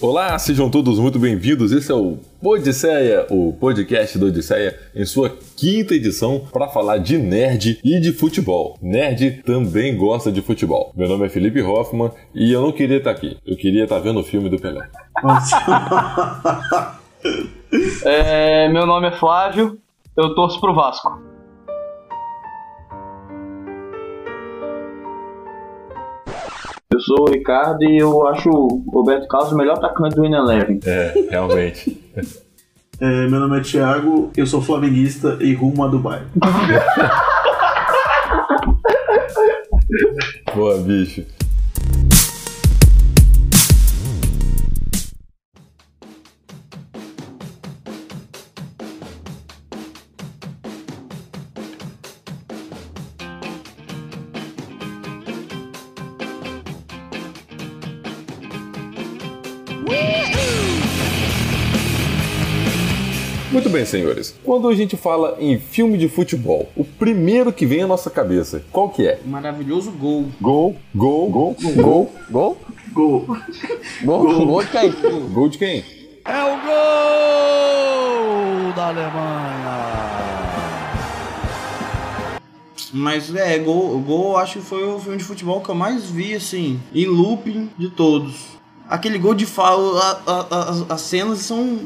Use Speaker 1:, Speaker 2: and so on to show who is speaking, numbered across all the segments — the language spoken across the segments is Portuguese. Speaker 1: Olá, sejam todos muito bem-vindos. Esse é o Podisseia, o podcast do Odisseia, em sua quinta edição, para falar de nerd e de futebol. Nerd também gosta de futebol. Meu nome é Felipe Hoffman e eu não queria estar aqui. Eu queria estar vendo o filme do Pelé.
Speaker 2: É, meu nome é Flávio, eu torço pro Vasco. Eu sou o Ricardo e eu acho o Roberto Carlos o melhor atacante do Winner Eleven.
Speaker 1: É, realmente.
Speaker 3: É, meu nome é Thiago, eu sou flamenguista e rumo a Dubai.
Speaker 1: Boa, bicho. Muito bem, senhores. Quando a gente fala em filme de futebol, o primeiro que vem à nossa cabeça, qual que é?
Speaker 4: Maravilhoso gol.
Speaker 1: Gol, gol, gol, gol,
Speaker 5: Gol?
Speaker 3: Gol.
Speaker 5: Gol? Gol, de quem?
Speaker 1: gol de quem?
Speaker 6: É o gol da Alemanha!
Speaker 4: Mas é, gol, gol eu acho que foi o filme de futebol que eu mais vi, assim, em looping de todos. Aquele gol de falo, a- a- a- as- as cenas são.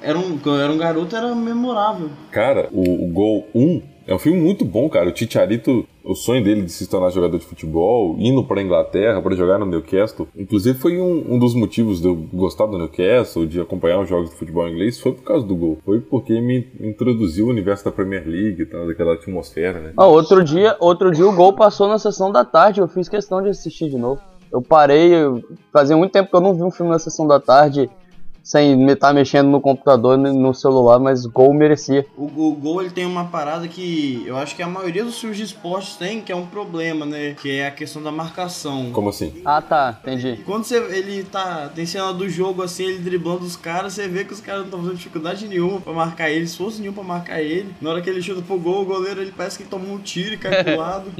Speaker 4: Era um, quando eu era um garoto, era memorável.
Speaker 1: Cara, o, o Gol 1 é um filme muito bom, cara. O Titiarito, o sonho dele de se tornar jogador de futebol, indo pra Inglaterra pra jogar no Newcastle. Inclusive, foi um, um dos motivos de eu gostar do Newcastle, de acompanhar os jogos de futebol inglês, foi por causa do Gol. Foi porque me introduziu o universo da Premier League e tal, daquela atmosfera, né?
Speaker 5: Ah, outro dia, outro dia o gol passou na sessão da tarde, eu fiz questão de assistir de novo. Eu parei, eu- fazia muito tempo que eu não vi um filme na sessão da tarde sem me estar mexendo no computador, no no celular, mas gol merecia.
Speaker 4: O, o gol ele tem uma parada que eu acho que a maioria dos filmes de esportes tem, que é um problema, né? Que é a questão da marcação.
Speaker 1: Como assim?
Speaker 5: Ah tá, entendi.
Speaker 4: Quando você, ele tá. Tem cena do jogo assim, ele driblando os caras, você vê que os caras não estão fazendo dificuldade nenhuma pra marcar ele, esforço nenhum pra marcar ele. Na hora que ele chuta pro gol, o goleiro ele parece que tomou um tiro e cai pro lado.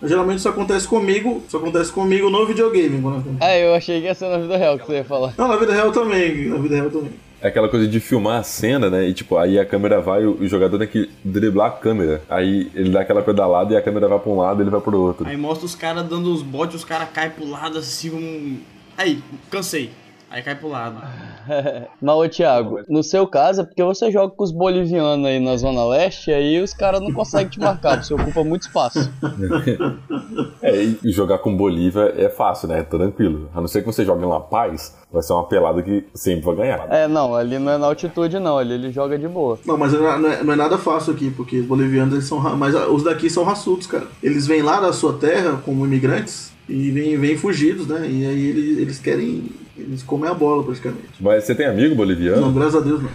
Speaker 3: Geralmente isso acontece comigo, isso acontece comigo no videogame. quando eu-
Speaker 5: É, eu achei que ia ser na vida real que você ia falar.
Speaker 3: Não, na vida real também, na vida real também.
Speaker 1: É aquela coisa de filmar a cena, né? E tipo, aí a câmera vai, o o jogador tem que driblar a câmera. Aí ele dá aquela pedalada e a câmera vai pra um lado e ele vai pro outro.
Speaker 4: Aí mostra os caras dando os botes, os caras caem pro lado assim, um. Aí, cansei. Aí cai pro lado.
Speaker 5: Mas ô Thiago, no seu caso é porque você joga com os bolivianos aí na Zona Leste, aí os caras não conseguem te marcar, você ocupa muito espaço.
Speaker 1: É, e e jogar com Bolívia é fácil, né? É tranquilo. A não ser que você jogue em La Paz, vai ser uma pelada que sempre vai ganhar.
Speaker 5: É, não, ali não é na altitude não, ali ele joga de boa.
Speaker 3: Não, mas não é, não é- não é nada fácil aqui, porque os bolivianos eles são. ra- Mas ah, os daqui são raçudos, cara. Eles vêm lá da sua terra como imigrantes e vêm, vêm fugidos, né? E aí eles, eles querem. Eles comem a bola praticamente.
Speaker 1: Mas você tem amigo
Speaker 3: Não,
Speaker 1: boliviano?
Speaker 3: graças a Deus não.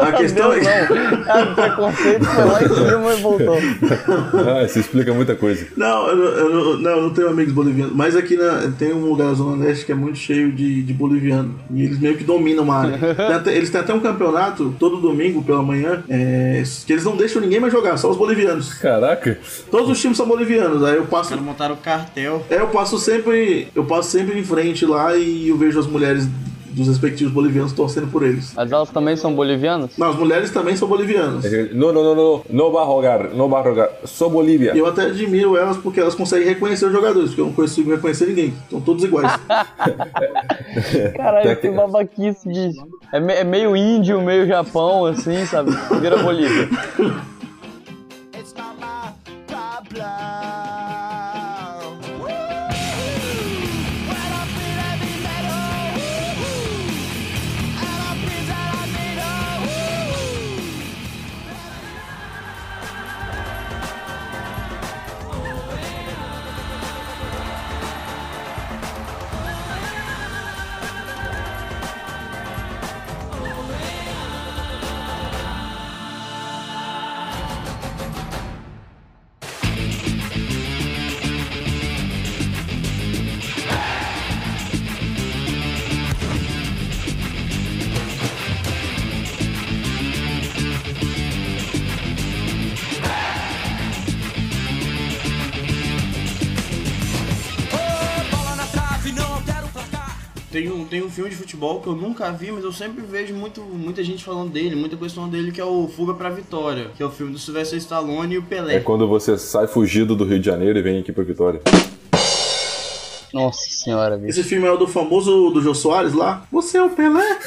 Speaker 3: A questão
Speaker 5: Deus,
Speaker 3: é.
Speaker 5: não. Ah, o preconceito foi lá em cima e voltou.
Speaker 1: ah, isso explica muita coisa.
Speaker 3: Não, eu, não- eu não- não, eu não tenho amigos bolivianos. Mas aqui na- tem um lugar na Zona Leste que é muito cheio de, de boliviano. E eles meio que dominam uma área. Tem até- eles têm até um campeonato todo domingo pela manhã é, que eles não deixam ninguém mais jogar, só os bolivianos.
Speaker 1: Caraca,
Speaker 3: Todos os times são bolivianos. Aí eu
Speaker 4: Os
Speaker 3: passo.
Speaker 4: caras montaram o cartel.
Speaker 3: É, eu passo sempre. Eu passo sempre em frente lá e eu vejo as mulheres dos respectivos bolivianos torcendo por eles.
Speaker 5: Mas elas também são bolivianas?
Speaker 3: Não, as mulheres também são bolivianas.
Speaker 1: não, não, não, não, não vai rogar, não vai rogar, sou Bolívia.
Speaker 3: E eu até admiro elas porque elas conseguem reconhecer os jogadores, porque eu não consigo reconhecer ninguém. São todos iguais.
Speaker 5: Caralho, que babaquice de. É, me- é meio índio, meio Japão, assim, sabe? Vira Bolívia.
Speaker 6: It's not my problem. Woo! Right up in heavy metal. Woo! And I'm pins that I need, oh, woo!
Speaker 1: Cara,
Speaker 4: Tem um, tem um filme de futebol que eu nunca vi, mas eu sempre vejo muito, muita gente falando dele, muita questão dele, que é o Fuga pra Vitória, que é o filme do Sylvester Stallone e o Pelé.
Speaker 1: É quando você sai fugido do Rio de Janeiro e vem aqui pra Vitória.
Speaker 5: Nossa senhora, bicho.
Speaker 3: Esse filme é o do famoso do Jô Soares lá? Você é o Pelé?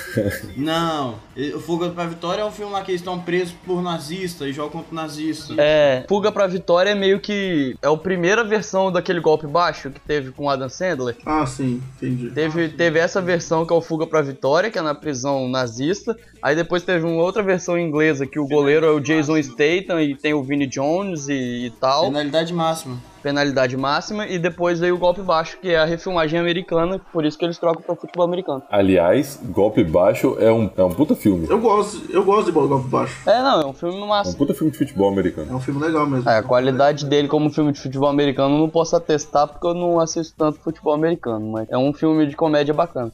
Speaker 4: Não, e- o Fuga pra Vitória é um filme lá que eles estão presos por nazista e jogam contra nazista.
Speaker 5: É, Fuga pra Vitória é meio que. É a primeira versão daquele golpe baixo que teve com o Adam Sandler.
Speaker 3: Ah, sim, entendi.
Speaker 5: Teve, teve essa versão que é o Fuga pra Vitória, que é na prisão nazista. Aí depois teve uma outra versão inglesa que o goleiro é o Jason Statham e tem o Vinnie Jones e, e tal.
Speaker 4: É Penalidade máxima.
Speaker 5: Penalidade máxima. E depois veio o golpe baixo, que é a refilmagem americana, por isso que eles trocam pra futebol americano.
Speaker 1: Aliás, Golpe Baixo é um, é um puta filme.
Speaker 3: Eu gosto, eu gosto de Bola Golpe Baixo.
Speaker 5: É, não, é um filme no
Speaker 1: É um
Speaker 5: máximo.
Speaker 1: puta filme de futebol americano.
Speaker 3: É um filme legal mesmo.
Speaker 5: É, a qualidade dele como filme de futebol americano eu não posso atestar porque eu não assisto tanto futebol americano, mas é um filme de comédia bacana.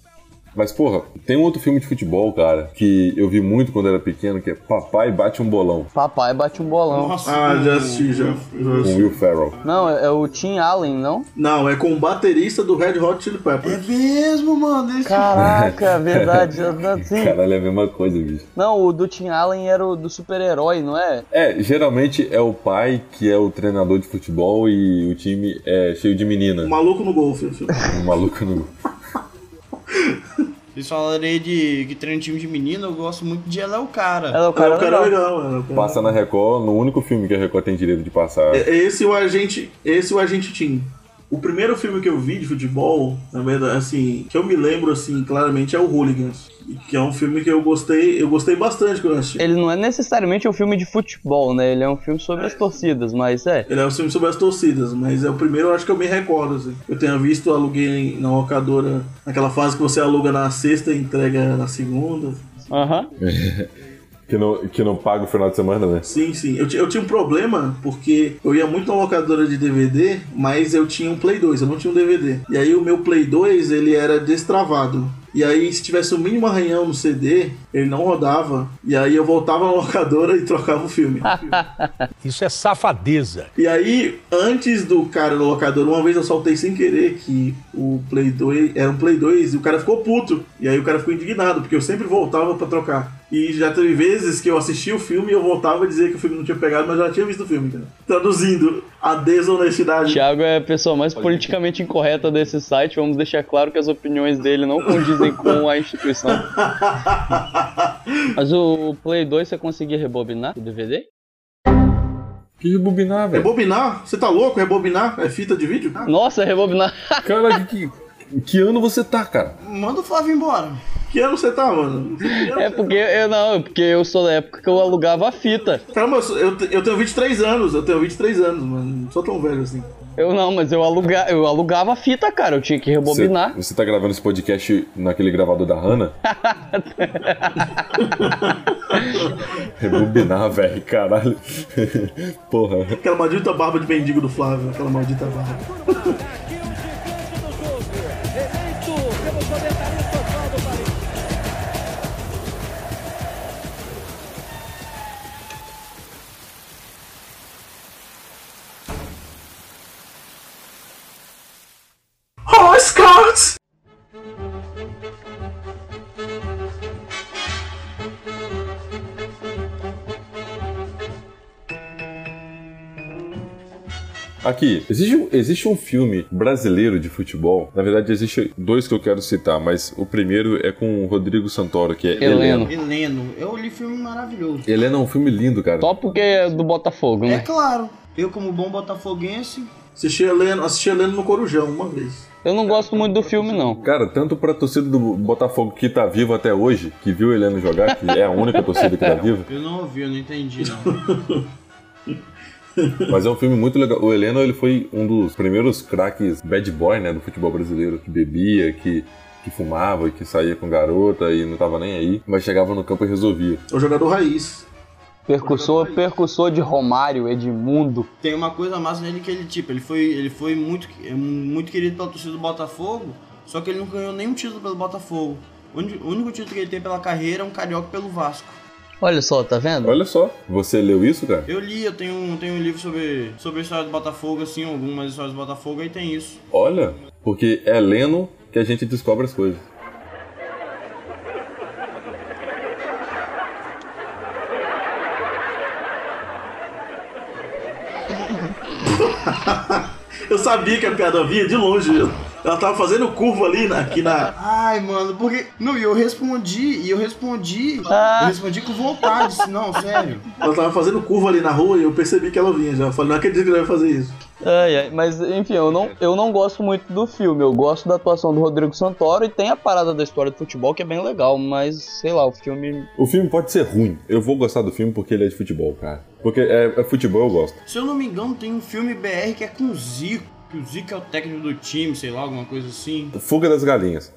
Speaker 1: Mas, porra, tem um outro filme de futebol, cara, que eu vi muito quando era pequeno, que é Papai Bate um Bolão,
Speaker 5: Papai bate um bolão.
Speaker 4: Nossa,
Speaker 3: Ah, já assisti, já. já
Speaker 1: com
Speaker 3: assisti.
Speaker 1: Will Ferrell.
Speaker 5: Não, é, é o Tim Allen, não?
Speaker 3: Não, é com o baterista do Red Hot Chili
Speaker 4: é
Speaker 3: Peppers.
Speaker 4: mesmo, mano. Esse
Speaker 5: Caraca, é verdade. eu não- Ah, sim.
Speaker 1: Caralho, é a mesma coisa, bicho.
Speaker 5: Não, o do Tim Allen era o do super-herói, não é?
Speaker 1: É, geralmente é o pai que é o treinador de futebol e o time é cheio de menina.
Speaker 3: O Maluco no Golfe. assim. É o filme.
Speaker 1: Um maluco no.
Speaker 4: Vocês falaram aí de que treina time de menino, eu gosto muito de Ela é o Cara.
Speaker 5: Ela é o
Speaker 3: É,
Speaker 5: cara
Speaker 3: o cara é
Speaker 5: legal.
Speaker 3: legal, mano. o cara-
Speaker 1: Passa na Record, no único filme que a Record tem direito de passar.
Speaker 3: É Esse o agente, esse o agente Tim. O primeiro filme que eu vi de futebol, na verdade, assim, que eu me lembro assim claramente é o Hooligans, que é um filme que eu gostei, eu gostei bastante quando eu assisti.
Speaker 5: Ele não é necessariamente um filme de futebol, né? Ele é um filme sobre as torcidas, mas é.
Speaker 3: Ele é um filme sobre as torcidas, mas é o primeiro eu acho que eu me recordo, assim. Eu tenha visto, eu aluguei na locadora, naquela fase que você aluga na sexta e entrega na segunda.
Speaker 5: Aham.
Speaker 1: Que, não, que não paga o final de semana, né?
Speaker 3: Sim, sim. Eu, ti- eu tinha um problema, porque eu ia muito na locadora de DVD, mas eu tinha um Play 2, eu não tinha um DVD. E aí o meu Play 2, ele era destravado. E aí, se tivesse o mínimo arranhão no CD, ele não rodava. E aí eu voltava na locadora e trocava o filme.
Speaker 7: Isso é safadeza.
Speaker 3: E aí, antes do cara do locador, uma vez eu soltei sem querer que o Play 2 era um Play 2 e o cara ficou puto. E aí o cara ficou indignado, porque eu sempre voltava pra trocar. E já teve vezes que eu assistia o filme e eu voltava a dizer que o filme não tinha pegado, mas eu já tinha visto o filme, cara. Traduzindo, a desonestidade.
Speaker 5: Thiago é a pessoa mais politicamente incorreta desse site. Vamos deixar claro que as opiniões dele não condizem com a instituição. Mas o Play 2 você conseguia rebobinar o DVD?
Speaker 1: Que rebobinar,
Speaker 3: É
Speaker 1: velho.
Speaker 3: Rebobinar? Você tá louco? Rebobinar? É fita de vídeo?
Speaker 5: Nossa, rebobinar.
Speaker 1: Cara, que, que, que ano você tá, cara?
Speaker 4: Manda o Flávio embora.
Speaker 3: Que ano você tá, mano?
Speaker 5: É porque eu não, é porque eu sou da época que eu alugava a fita.
Speaker 3: Caramba, eu sou- eu, te- eu tenho 23 anos, eu tenho 23 anos, mano. Não sou tão velho assim.
Speaker 5: Eu não, mas eu, aluga, eu alugava a fita, cara. Eu tinha que
Speaker 1: Você,
Speaker 5: rebobinar.
Speaker 1: você tá gravando esse podcast naquele gravador da Hanna? rebobinar, velho, caralho. Porra.
Speaker 3: Aquela maldita barba de mendigo do Flávio, aquela maldita barba.
Speaker 6: Aqui o gigante do clube, eleito pelo comentarista Oswaldo Paris.
Speaker 3: Oh, Scouts!
Speaker 1: Aqui, existe um, existe um filme brasileiro de futebol. Na verdade, existe dois que eu quero citar, mas o primeiro é com o Rodrigo Santoro, que é
Speaker 5: Heleno.
Speaker 1: Heleno.
Speaker 4: Heleno, eu li filme maravilhoso.
Speaker 1: Heleno é um filme lindo, cara.
Speaker 5: Só porque é do Botafogo,
Speaker 4: É
Speaker 5: né?
Speaker 4: claro, eu como bom botafoguense,
Speaker 3: Assisti Heleno, assisti Heleno no Corujão uma vez.
Speaker 5: Eu não gosto muito do filme, não.
Speaker 1: Cara, tanto pra torcida do Botafogo que tá viva até hoje, que viu o Heleno jogar, que é a única torcida que tá viva,
Speaker 4: eu não ouvi, eu não entendi não.
Speaker 1: mas é um filme muito legal. O Heleno, ele foi um dos primeiros craques bad boy, né, do futebol brasileiro, que bebia, que, que fumava, que saía com garota e não tava nem aí, mas chegava no campo e resolvia.
Speaker 3: É o jogador raiz.
Speaker 5: Percussor, percussor de Romário, Edmundo.
Speaker 4: Tem uma coisa massa nele que ele, tipo, ele foi, ele foi muito, é muito querido pela torcida do Botafogo, só que ele não ganhou nenhum título pelo Botafogo. O único o único título que ele tem pela carreira é um carioca pelo Vasco.
Speaker 5: Olha só, tá vendo?
Speaker 1: Olha só, você leu isso, cara?
Speaker 4: Eu li, eu tenho, um- tenho um livro sobre, sobre a história do Botafogo, assim, algumas histórias do Botafogo, aí tem isso.
Speaker 1: Olha, porque é lendo que a gente descobre as coisas.
Speaker 3: Eu sabia que a piada vinha de longe. Ela tava fazendo curva ali na, aqui na.
Speaker 4: Ai, mano, porque. Não, e eu respondi, e eu respondi.
Speaker 5: Ah.
Speaker 4: Eu respondi com vontade, se não, sério.
Speaker 3: Ela tava fazendo curva ali na rua e eu percebi que ela vinha já. Eu falei, não acredito que ele vai fazer isso.
Speaker 5: Ai, ai, mas enfim, eu não, eu não gosto muito do filme. Eu gosto da atuação do Rodrigo Santoro e tem a parada da história do futebol que é bem legal, mas sei lá, o filme.
Speaker 1: O filme pode ser ruim. Eu vou gostar do filme porque ele é de futebol, cara. Porque é, é futebol eu gosto.
Speaker 4: Se eu não me engano, tem um filme BR que é com o Zico. Que o Zico é o técnico do time, sei lá, alguma coisa assim.
Speaker 1: Fuga das Galinhas.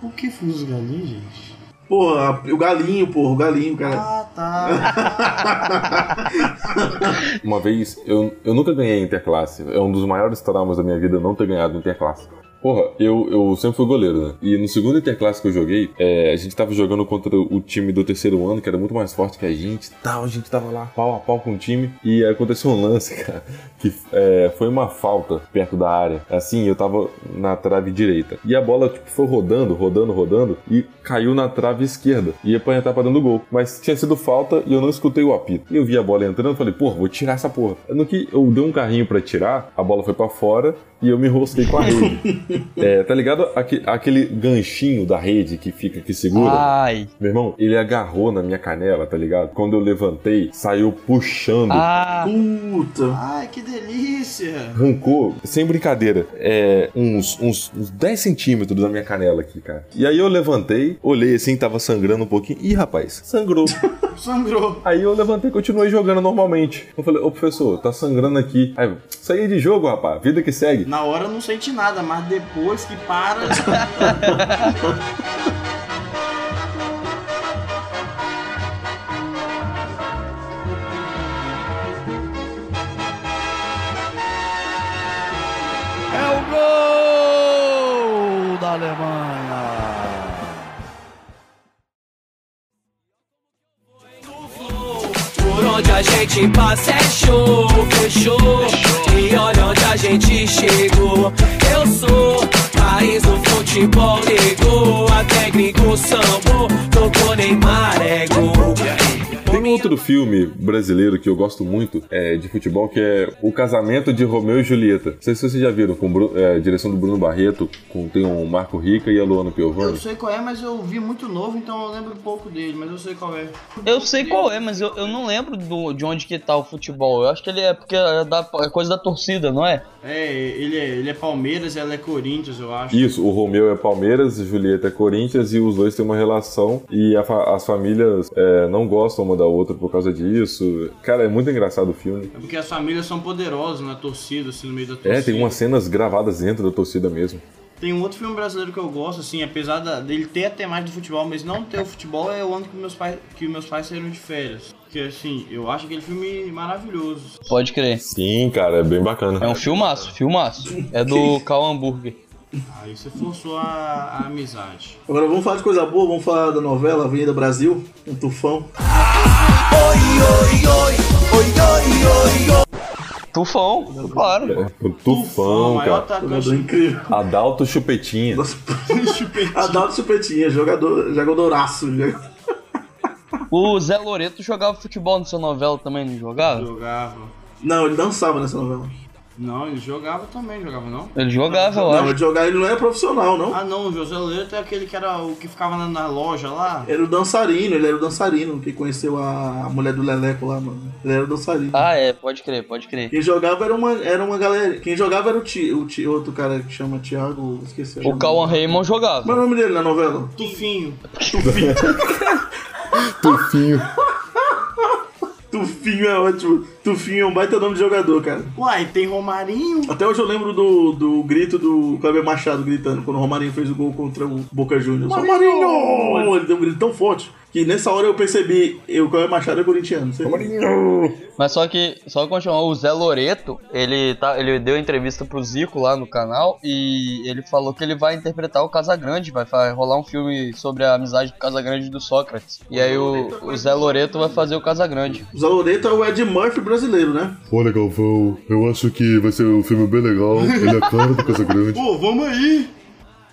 Speaker 4: Por que Fuso Galinha, gente?
Speaker 3: Porra, o galinho, porra, o galinho, cara.
Speaker 4: Ah, tá.
Speaker 1: Uma vez, eu, eu nunca ganhei interclasse. É um dos maiores traumas da minha vida não ter ganhado interclasse. Porra, eu, eu sempre fui goleiro, né? E no segundo interclasse que eu joguei, é, a gente tava jogando contra o time do terceiro ano, que era muito mais forte que a gente e tal. A gente tava lá pau a pau com o time. E aconteceu um lance, cara, que é, foi uma falta perto da área. Assim, eu tava na trave direita. E a bola, tipo, foi rodando, rodando, rodando. E caiu na trave esquerda. Ia pra entrar pra dentro do gol. Mas tinha sido falta e eu não escutei o apito. E eu vi a bola entrando, falei, porra, vou tirar essa porra. No que eu dei um carrinho pra tirar, a bola foi pra fora e eu me enrosquei com a rede. É, tá ligado? Aque- aquele ganchinho da rede que fica, que segura.
Speaker 5: Ai,
Speaker 1: Meu irmão, ele agarrou na minha canela, tá ligado? Quando eu levantei, saiu puxando.
Speaker 5: ah,
Speaker 3: Puta.
Speaker 4: Ai, que delícia.
Speaker 1: Arrancou, sem brincadeira, é, uns, uns, uns 10 centímetros da minha canela aqui, cara. E aí eu levantei, olhei assim, tava sangrando um pouquinho. Ih, rapaz, sangrou.
Speaker 4: Sangrou.
Speaker 1: aí eu levantei e continuei jogando normalmente. Eu falei, ô professor, tá sangrando aqui. Aí, isso aí é de jogo, rapaz, vida que segue.
Speaker 4: Na hora eu não senti nada, mas depois que para.
Speaker 8: É o gol da Alemanha.
Speaker 6: Por onde a gente passa é show, fechou. E olha onde a gente chegou. Eu sou país do futebol, ligou. Até gringo sambou, tocou Neymar, é gol.
Speaker 1: Tem um outro filme brasileiro que eu gosto muito é, de futebol que é O Casamento de Romeu e Julieta. Não sei se vocês já viram, com Bru- é, direção do Bruno Barreto, com, tem o Marco Rica e a Luana
Speaker 4: Eu
Speaker 1: Piovani.
Speaker 4: sei qual é, mas eu vi muito novo, então eu lembro pouco dele, mas eu sei qual é.
Speaker 5: eu sei qual é, mas eu, eu não lembro do- de onde que tá o futebol. Eu acho que ele é porque é, da, é coisa da torcida, não é?
Speaker 4: É, ele é, ele é Palmeiras e ela é Corinthians, eu acho.
Speaker 1: Isso, o Romeu é Palmeiras, Julieta é Corinthians e os dois têm uma relação e a fa- as famílias é, não gostam uma da outra por causa disso. Cara, é muito engraçado o filme.
Speaker 4: É porque as famílias são poderosas na torcida, assim, no meio da torcida.
Speaker 1: É, tem umas cenas gravadas dentro da torcida mesmo.
Speaker 4: Tem um outro filme brasileiro que eu gosto, assim, apesar da- dele ter a temática do futebol, mas não ter o futebol, é o ano que meus pais, que meus pais saíram de férias. Que, assim, eu acho aquele filme maravilhoso.
Speaker 5: Pode crer.
Speaker 1: Sim, cara, é bem bacana.
Speaker 5: É um filmaço, filmaço. É do Cal Hamburger.
Speaker 4: Aí você forçou a, a amizade.
Speaker 3: Agora vamos falar de coisa boa, vamos falar da novela Avenida Brasil, um tufão.
Speaker 5: Tufão, claro.
Speaker 1: É, o Tufão,
Speaker 4: maior
Speaker 1: cara.
Speaker 4: atacante
Speaker 3: Jogador incrível.
Speaker 1: Adalto Chupetinha.
Speaker 3: Nossa,
Speaker 4: do Chupetinho.
Speaker 3: Adalto Chupetinha, jogador, jogadoraço.
Speaker 5: O Zé Loreto jogava futebol nessa novela também, não jogava?
Speaker 4: Jogava.
Speaker 3: Não, ele dançava nessa novela.
Speaker 4: Não, ele jogava também, jogava não?
Speaker 5: Ele jogava, eu
Speaker 3: Não,
Speaker 5: acho.
Speaker 3: mas jogar ele não era profissional, não.
Speaker 4: Ah não, o José Leto é aquele que era o que ficava na, na loja lá.
Speaker 3: Era o dançarino, ele era o dançarino que conheceu a, a mulher do Leleco lá, mano. Ele era o dançarino.
Speaker 5: Ah, é, pode crer, pode crer.
Speaker 3: Quem jogava era uma, era uma galera. Quem jogava era o, ti, o ti, outro cara que chama Thiago. Esqueci.
Speaker 5: O Cauan Raymond
Speaker 3: Como é
Speaker 5: jogava.
Speaker 3: o nome dele na novela?
Speaker 4: Tufinho.
Speaker 1: Tufinho.
Speaker 3: Tufinho é ótimo. Tufinho é um baita nome de jogador, cara.
Speaker 4: Uai, tem Romarinho.
Speaker 3: Até hoje eu lembro do, do grito do Kleber Machado gritando quando o Romarinho fez o gol contra o Boca Juniors. Romarinho! Ele deu um grito tão forte. Que nessa hora eu percebi, eu, o Cauê Machado é corintiano. Você
Speaker 5: Mas só que, só continuar, o Zé Loreto, ele, tá, ele deu entrevista pro Zico lá no canal e ele falou que ele vai interpretar o Casagrande, vai, fa- rolar um filme sobre a amizade do Casagrande e do Sócrates. E aí o, o Zé Loreto vai fazer o Casagrande.
Speaker 3: O Zé Loreto é o Ed Murphy brasileiro, né?
Speaker 9: Olha, Galvão, eu acho que vai ser um filme bem legal. Ele é claro do Casagrande.
Speaker 4: Pô, vamos aí!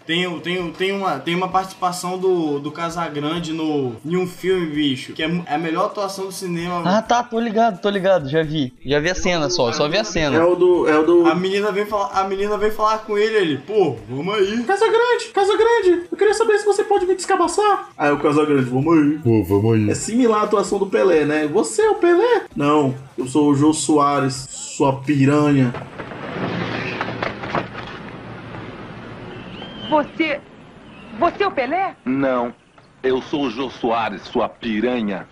Speaker 4: Tem, tem, tem, uma, tem uma participação do, do Casagrande no, em um filme, bicho, que é mu- é a melhor atuação do cinema.
Speaker 5: Ah tá, tô ligado, tô ligado, já vi. Já vi a cena só, só vi a
Speaker 3: É
Speaker 5: cena.
Speaker 3: o do. É o do.
Speaker 4: A menina vem falar, a menina vem falar com ele, ele, pô, vamos aí.
Speaker 3: Casa Grande, Casa Grande, eu queria saber se você pode me descabaçar. Aí Ah, é o Casa Grande, vamos aí.
Speaker 9: Pô, vamos
Speaker 3: É
Speaker 9: aí.
Speaker 3: similar à atuação do Pelé, né? Você é o Pelé? Não, eu sou o Jô Soares, sua piranha.
Speaker 10: Você. Você é o Pelé?
Speaker 11: Não. Eu sou o Jô Soares, sua piranha.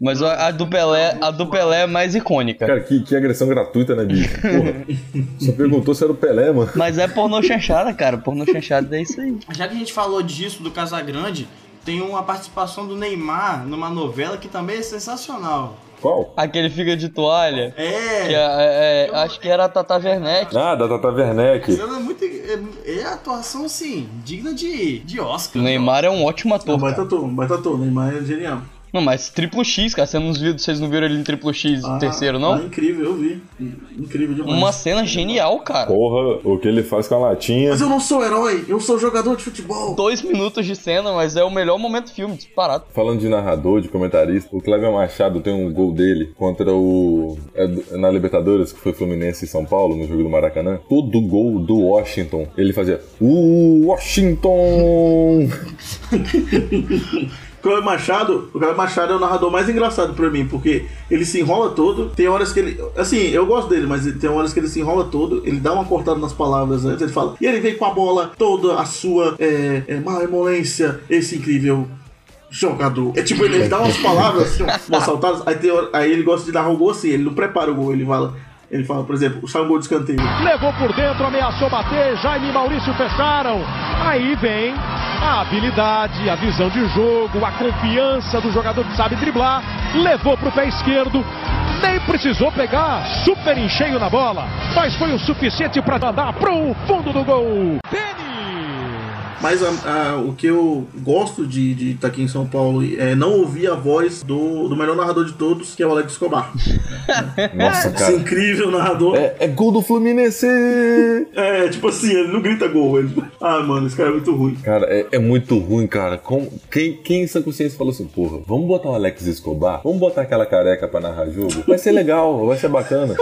Speaker 5: Mas a, a do Pelé, a do Pelé é mais icônica.
Speaker 1: Cara, que, que agressão gratuita, né, bicho? Porra. Só perguntou se era o Pelé, mano.
Speaker 5: Mas é pornô chanchada, cara. Pornô chanchada é isso aí.
Speaker 4: Já que a gente falou disso, do Casagrande, tem uma participação do Neymar numa novela que também é sensacional.
Speaker 1: Qual?
Speaker 5: Aquele fica de toalha.
Speaker 4: É,
Speaker 5: Que é- é- é- acho que era a Tata Werneck.
Speaker 1: Ah, da Tata
Speaker 4: Mas
Speaker 1: Werneck.
Speaker 4: ela é muito. É, é atuação, assim, digna de, de
Speaker 5: O
Speaker 4: Oscar.
Speaker 5: Neymar é um ótimo
Speaker 3: Um
Speaker 5: ator. cara.
Speaker 3: baita ator, um baita ator, Neymar é genial.
Speaker 5: Não, mas triplo X, cara, você não viu, vocês não viram ele em triplo X
Speaker 3: Ah,
Speaker 5: terceiro,
Speaker 3: Ah,
Speaker 5: não?
Speaker 3: incrível, eu vi. Incrível demais.
Speaker 5: Uma cena genial, cara.
Speaker 1: Porra, o que ele faz com a latinha.
Speaker 3: Mas eu não sou herói, eu sou jogador de futebol.
Speaker 5: Dois minutos de cena, mas é o melhor momento do filme, disparado.
Speaker 1: Falando de narrador, de comentarista, o Cleber Machado tem um gol dele contra o. é do- na Libertadores, que foi Fluminense e São Paulo, no jogo do Maracanã. Todo gol do Washington, ele fazia. O Washington!
Speaker 3: Cláudio Machado, o Cláudio Machado é o narrador mais engraçado pra mim, porque ele se enrola todo, tem horas que ele. Assim, eu gosto dele, mas tem horas que ele se enrola todo, ele dá uma cortada nas palavras antes, ele fala. E ele vem com a bola toda a sua é, é, malemolência, esse incrível. Jogador. É tipo, ele, ele dá umas palavras assim, umas saltadas, aí, tem hora- aí ele gosta de narrar o gol assim, ele não prepara o gol, ele fala. Ele fala, por exemplo, sai um gol de escanteio.
Speaker 8: Levou por dentro, ameaçou bater. Jaime e Maurício fecharam. Aí vem a habilidade, a visão de jogo, a confiança do jogador que sabe driblar. Levou para o pé esquerdo. Nem precisou pegar super encheio na bola, mas foi o suficiente para andar pro fundo do gol. Tênis!
Speaker 3: Mas a- a- o que eu gosto de estar de tá aqui em São Paulo é não ouvir a voz do, do melhor narrador de todos, que é o Alex Escobar.
Speaker 1: Nossa,
Speaker 3: Esse
Speaker 1: cara.
Speaker 3: incrível narrador. É.
Speaker 1: É, é gol do Fluminense!
Speaker 3: tipo assim, ele não grita gol. Ele... Ah, mano, esse cara é muito ruim.
Speaker 1: Cara, é, é muito ruim, cara. Como- quem, quem em sã consciência falou assim, porra, vamos botar o Alex Escobar? Vamos botar aquela careca pra narrar jogo? Vai ser legal, vai ser bacana.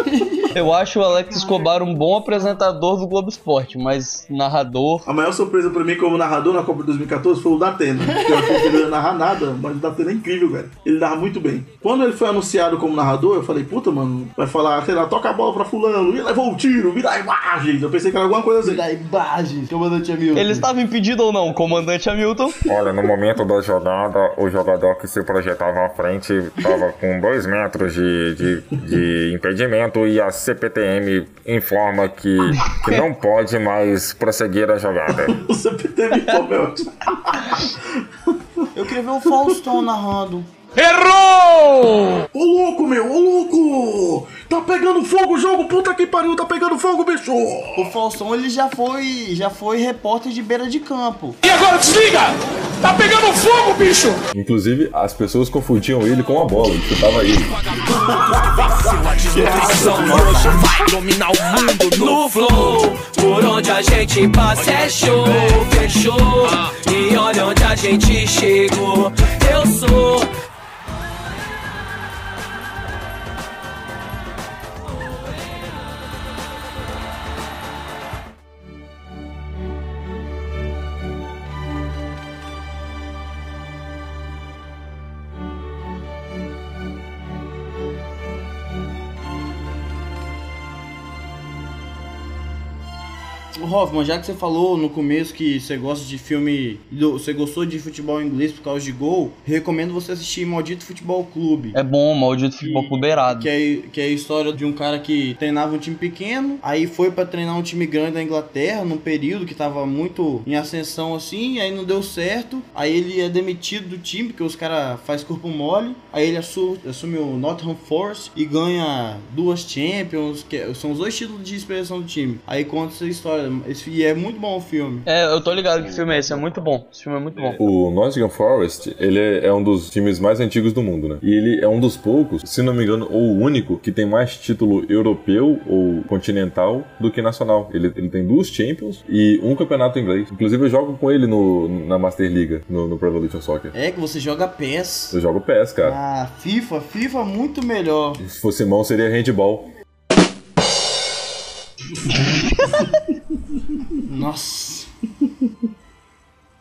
Speaker 5: Eu acho o Alex Escobar um bom apresentador do Globo Esporte, mas narrador.
Speaker 3: A maior surpresa pra mim como narrador na Copa de 2014 foi o Datena. Eu achei que ele não ia narrar nada, mas o Datena é incrível, velho. Ele narra muito bem. Quando ele foi anunciado como narrador, eu falei, puta, mano, vai falar, sei lá, toca a bola pra fulano, e levou o tiro, vira imagens. Eu pensei que era alguma coisa assim.
Speaker 4: Da imagem, comandante Hamilton.
Speaker 5: Ele estava impedido ou não, comandante Hamilton?
Speaker 11: Olha, no momento da jogada, o jogador que se projetava à frente estava com dois metros de, de, de impedimento e a CPTM informa que, que não pode mais prosseguir a jogada.
Speaker 3: O CPT me cobre, eu acho.
Speaker 4: Eu queria ver o Faustão narrando.
Speaker 3: Ô louco, meu, ô louco! Tá pegando fogo o jogo, puta que pariu, tá pegando fogo, bicho!
Speaker 4: O Faustão, ele já foi, já foi repórter de beira de campo.
Speaker 1: Inclusive, as pessoas confundiam ele com a bola, ele chutava ele.
Speaker 6: dominar o mundo no flow. Por onde a gente passa é show, fechou. E olha onde a gente chegou. Eu sou
Speaker 4: Hoffman, já que você falou no começo que você gosta de filme, do- você gostou de futebol inglês por causa de gol, recomendo você assistir Maldito Futebol Clube.
Speaker 5: É bom, maldito futebol puberado.
Speaker 4: Que é, que é a história de um cara que treinava um time pequeno, aí foi pra treinar um time grande da Inglaterra num período que tava muito em ascensão assim, aí não deu certo, aí ele é demitido do time, porque os caras faz corpo mole, aí ele assu- assume o Nottingham Force e ganha duas Champions, que é, são os dois títulos de expressão do time. Aí conta essa história, esse, e é muito bom o filme.
Speaker 5: É, eu tô ligado que filme é esse, é muito bom. Esse filme é muito bom.
Speaker 1: O Nottingham Forest, ele é, é um dos times mais antigos do mundo, né? E ele é um dos poucos, se não me engano, ou o único, que tem mais título europeu ou continental do que nacional. Ele, ele tem duas Champions e um campeonato inglês. Inclusive, eu jogo com ele no, na Master League, no, no Pro Evolution Soccer.
Speaker 4: É que você joga PES.
Speaker 1: Eu jogo PES, cara.
Speaker 4: Ah, FIFA, FIFA é muito melhor.
Speaker 1: Se fosse mão, seria handball.
Speaker 4: Nossa.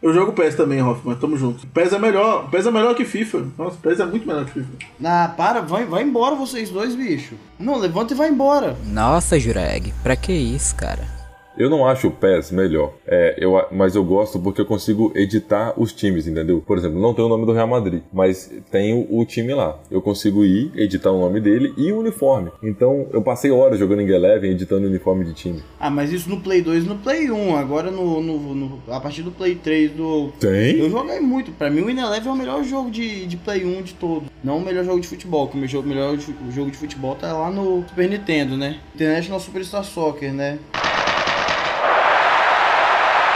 Speaker 3: Eu jogo PES também, Hoffman, tamo junto. PES é melhor, PES é melhor que FIFA. Nossa, PES é muito melhor que FIFA.
Speaker 4: Ah, para, vai, vai embora vocês dois, bicho. Não, levanta e vai embora.
Speaker 12: Nossa, Jureg, pra que isso, cara?
Speaker 1: Eu não acho o PES melhor, é, eu, a- mas eu gosto porque eu consigo editar os times, entendeu? Por exemplo, não tem o nome do Real Madrid, mas tenho o time lá. Eu consigo ir, editar o nome dele e o uniforme. Então eu passei horas jogando em Eleven editando o uniforme de time.
Speaker 4: Ah, mas isso no Play 2 e no Play 1. Agora no, no, no- a partir do Play 3 do.
Speaker 1: Tem?
Speaker 4: Eu joguei muito. Pra mim o Ineleve é o melhor jogo de, de Play 1 de todo. Não o melhor jogo de futebol, que o meu jogo- melhor ju- jogo de futebol tá lá no Super Nintendo, né? International Superstar Soccer, né?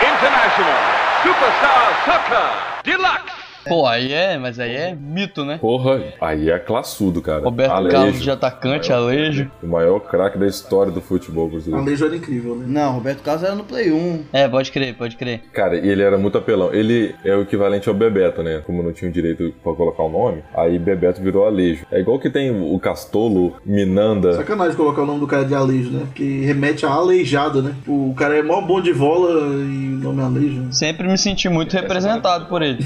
Speaker 13: International Superstar Soccer Deluxe.
Speaker 5: Pô, aí é, mas aí é mito, né?
Speaker 1: Porra, aí é classudo, cara.
Speaker 5: Roberto Carlos de atacante, Alejo.
Speaker 1: O maior craque da história do futebol brasileiro.
Speaker 3: era incrível, né?
Speaker 4: Não, Roberto Carlos era no Play 1.
Speaker 5: É, pode crer, pode crer.
Speaker 1: Cara, e ele era muito apelão. Ele é o equivalente ao Bebeto, né? Como não tinha o direito pra colocar o nome, aí Bebeto virou Alejo. É igual que tem o Castolo, Minanda.
Speaker 3: Sacanagem colocar o nome do cara de Alejo, né? Porque remete a aleijado, né? O cara é mó bom de bola e o nome é Alejo. né?
Speaker 5: Sempre me senti muito representado por ele.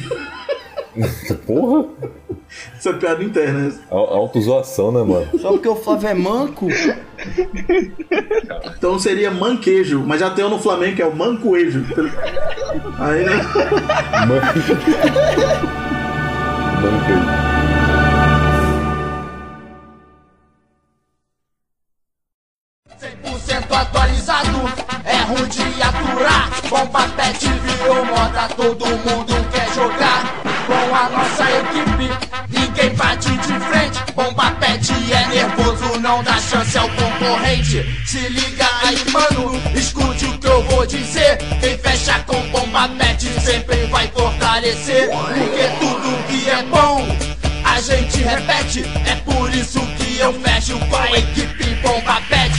Speaker 1: Porra!
Speaker 3: Isso é piada interna, né?
Speaker 1: Au- Autozoação, né, mano?
Speaker 4: Só porque o Flávio é manco.
Speaker 3: Então seria manquejo, mas já tem um no Flamengo que é o mancoejo. Aí, né?
Speaker 13: Cento atualizado, é ruim de aturar. Bomba pet virou moda, todo mundo quer jogar. Com a nossa equipe, ninguém bate de frente. Bomba pet é nervoso, não dá chance ao concorrente. Se liga aí, mano, escute o que eu vou dizer. Quem fecha com bomba pet sempre vai fortalecer. Porque tudo que é bom, a gente repete. É por isso que eu fecho com a equipe bomba pet.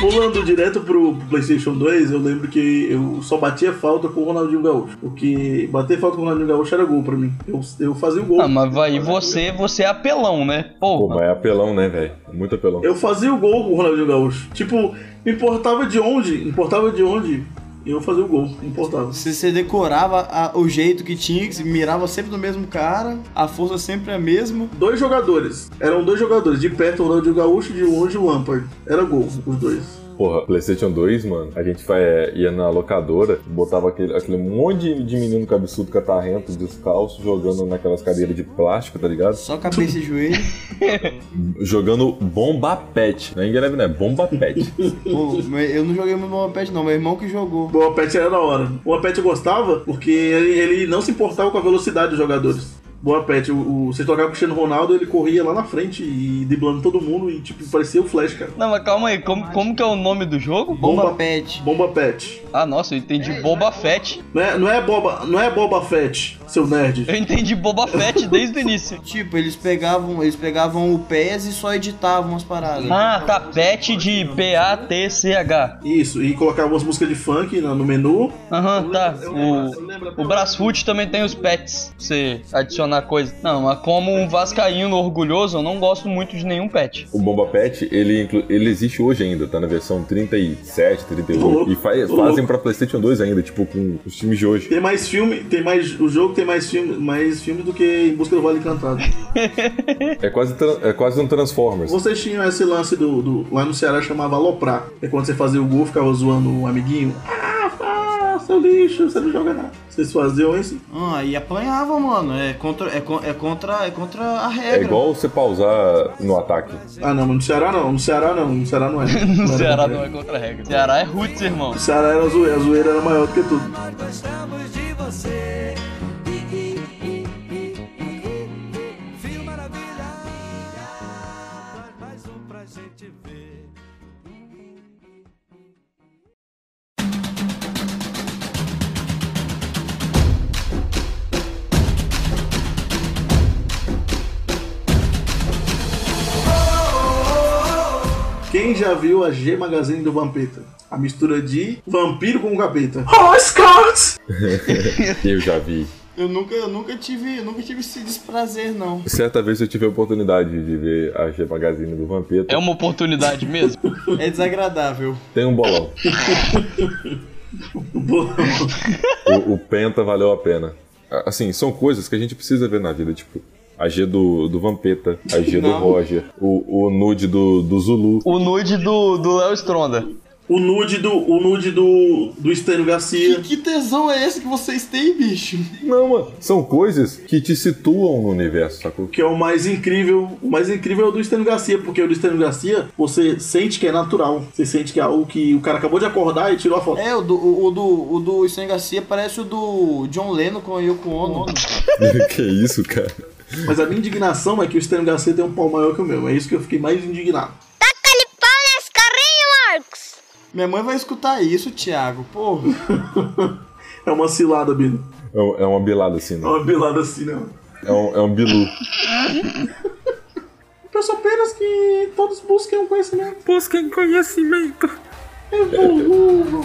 Speaker 3: Pulando direto pro PlayStation 2, eu lembro que eu só batia falta com o Ronaldinho Gaúcho. Porque bater falta com o Ronaldinho Gaúcho era gol pra mim. Eu, eu fazia o gol.
Speaker 5: Ah, mas vai, e você, você é apelão, né?
Speaker 1: Pô, mas é apelão, né, velho? Muito apelão.
Speaker 3: Eu fazia o gol com o Ronaldinho Gaúcho. Tipo, não importava de onde, importava de onde, eu fazia o gol, não importava.
Speaker 4: Você, você decorava a- o jeito que tinha, que se mirava sempre no mesmo cara, a força sempre é a mesma.
Speaker 3: Dois jogadores, eram dois jogadores, de perto o Ronaldinho Gaúcho, de longe o Lampard. Era gol, os dois.
Speaker 1: Porra, PlayStation 2, mano, a gente vai, é, ia na locadora, botava aquele, aquele monte de- de menino cabeçudo, catarrento, descalço, jogando naquelas cadeiras de plástico, tá ligado?
Speaker 4: Só cabeça e joelho.
Speaker 1: Jogando bomba pet. Não é engreve, né? Bomba pet.
Speaker 4: Pô, mas eu não joguei muito Bomba Pet, não. Meu irmão que jogou.
Speaker 3: O Apet era da hora. O Apet eu gostava porque ele, ele não se importava com a velocidade dos jogadores. Boa Pet, o, o, você tocava com o Cristiano Ronaldo, ele corria lá na frente e driblando todo mundo e tipo, parecia o Flash, cara.
Speaker 5: Não, mas calma aí, como, como que é o nome do jogo?
Speaker 3: Bomba
Speaker 4: Pet.
Speaker 3: Bomba Pet.
Speaker 5: Ah, nossa, eu entendi Boba Fett.
Speaker 3: Não é, não é Boba, não é Boba Fett, seu nerd.
Speaker 5: Eu entendi Boba Fett desde o início.
Speaker 4: Tipo, eles pegavam, eles pegavam o PES e só editavam as paradas.
Speaker 5: Ah, tá, Pet de P-A-T-C-H.
Speaker 3: Isso, e colocava umas músicas de funk na- no menu.
Speaker 5: Aham, tá. O, o Brasfoot também tem os pets, pra você adicionar coisa. Não, mas como um vascaíno orgulhoso, eu não gosto muito de nenhum pet.
Speaker 1: O Bomba Pet, ele, inclu- ele existe hoje ainda, tá na versão 37, 38. E fa-
Speaker 3: Ô, louco.
Speaker 1: fazem pra PlayStation 2 ainda, tipo, com os times de hoje.
Speaker 3: Tem mais filme, tem mais o jogo tem mais filmes mais filme do que Em Busca do Vale Encantado.
Speaker 1: É quase, tra- é quase um Transformers.
Speaker 3: Vocês tinham esse lance do, do- Lá no Ceará chamava aloprar. É quando você fazia o gol, ficava zoando o amiguinho. Ah, fa- seu lixo, você não joga nada. Vocês faziam isso?
Speaker 2: Ah, e apanhava, mano. É contra, é, con- é contra, é contra a
Speaker 1: É
Speaker 2: regra.
Speaker 1: igual você pausar no ataque.
Speaker 3: Ah, não, mas no Ceará não, no Ceará não, no Ceará não é.
Speaker 5: No Ceará
Speaker 3: é.
Speaker 5: não é contra a regra. Ceará é roots, irmão.
Speaker 3: No Ceará era zoeira, a zoeira era maior do que tudo.
Speaker 14: Gostamos de você. Fio maravilha. Faz mais um pra gente ver.
Speaker 3: Quem já viu a G Magazine do Vampeta? A mistura de vampiro com capeta.
Speaker 2: Oh, Scott!
Speaker 1: Eu já vi.
Speaker 2: Eu nunca, eu nunca tive, eu nunca tive esse desprazer, não.
Speaker 1: Certa vez eu tive a oportunidade de ver a G Magazine do Vampeta.
Speaker 5: É uma oportunidade mesmo?
Speaker 2: É desagradável.
Speaker 1: Tem um bolão. o, o Penta valeu a pena. A- Assim, são coisas que a gente precisa ver na vida, tipo. A G do, do Vampeta, a G do
Speaker 5: Não.
Speaker 1: Roger, o, o nude do, do Zulu.
Speaker 5: O nude do, do Léo Stronda.
Speaker 3: O nude do. O nude do. do Estênio Garcia.
Speaker 2: Que tesão é esse que vocês têm, bicho?
Speaker 1: Não, mano. São coisas que te situam no universo, sacou?
Speaker 3: Que é o mais incrível. O mais incrível é o do Estênio Garcia, porque o do Estênio Garcia, você sente que é natural. Você sente que é algo que o cara acabou de acordar e tirou a foto.
Speaker 2: É, o do, o, o do, o do Stan Garcia parece o do John Lennon com a Yoko Ono.
Speaker 1: que isso, cara?
Speaker 3: Mas a minha indignação é que o Estênio Garcia tem um pau maior que o meu. É isso que eu fiquei mais indignado.
Speaker 2: Minha mãe vai escutar isso, Thiago, porra.
Speaker 3: É uma cilada, Bino.
Speaker 1: É, um- é uma bilada assim,
Speaker 3: É
Speaker 1: né?
Speaker 3: uma belada assim, não.
Speaker 1: É um, é um bilu.
Speaker 3: Peço Então, apenas que todos busquem um conhecimento.
Speaker 15: Busquem conhecimento.
Speaker 3: Evoluam.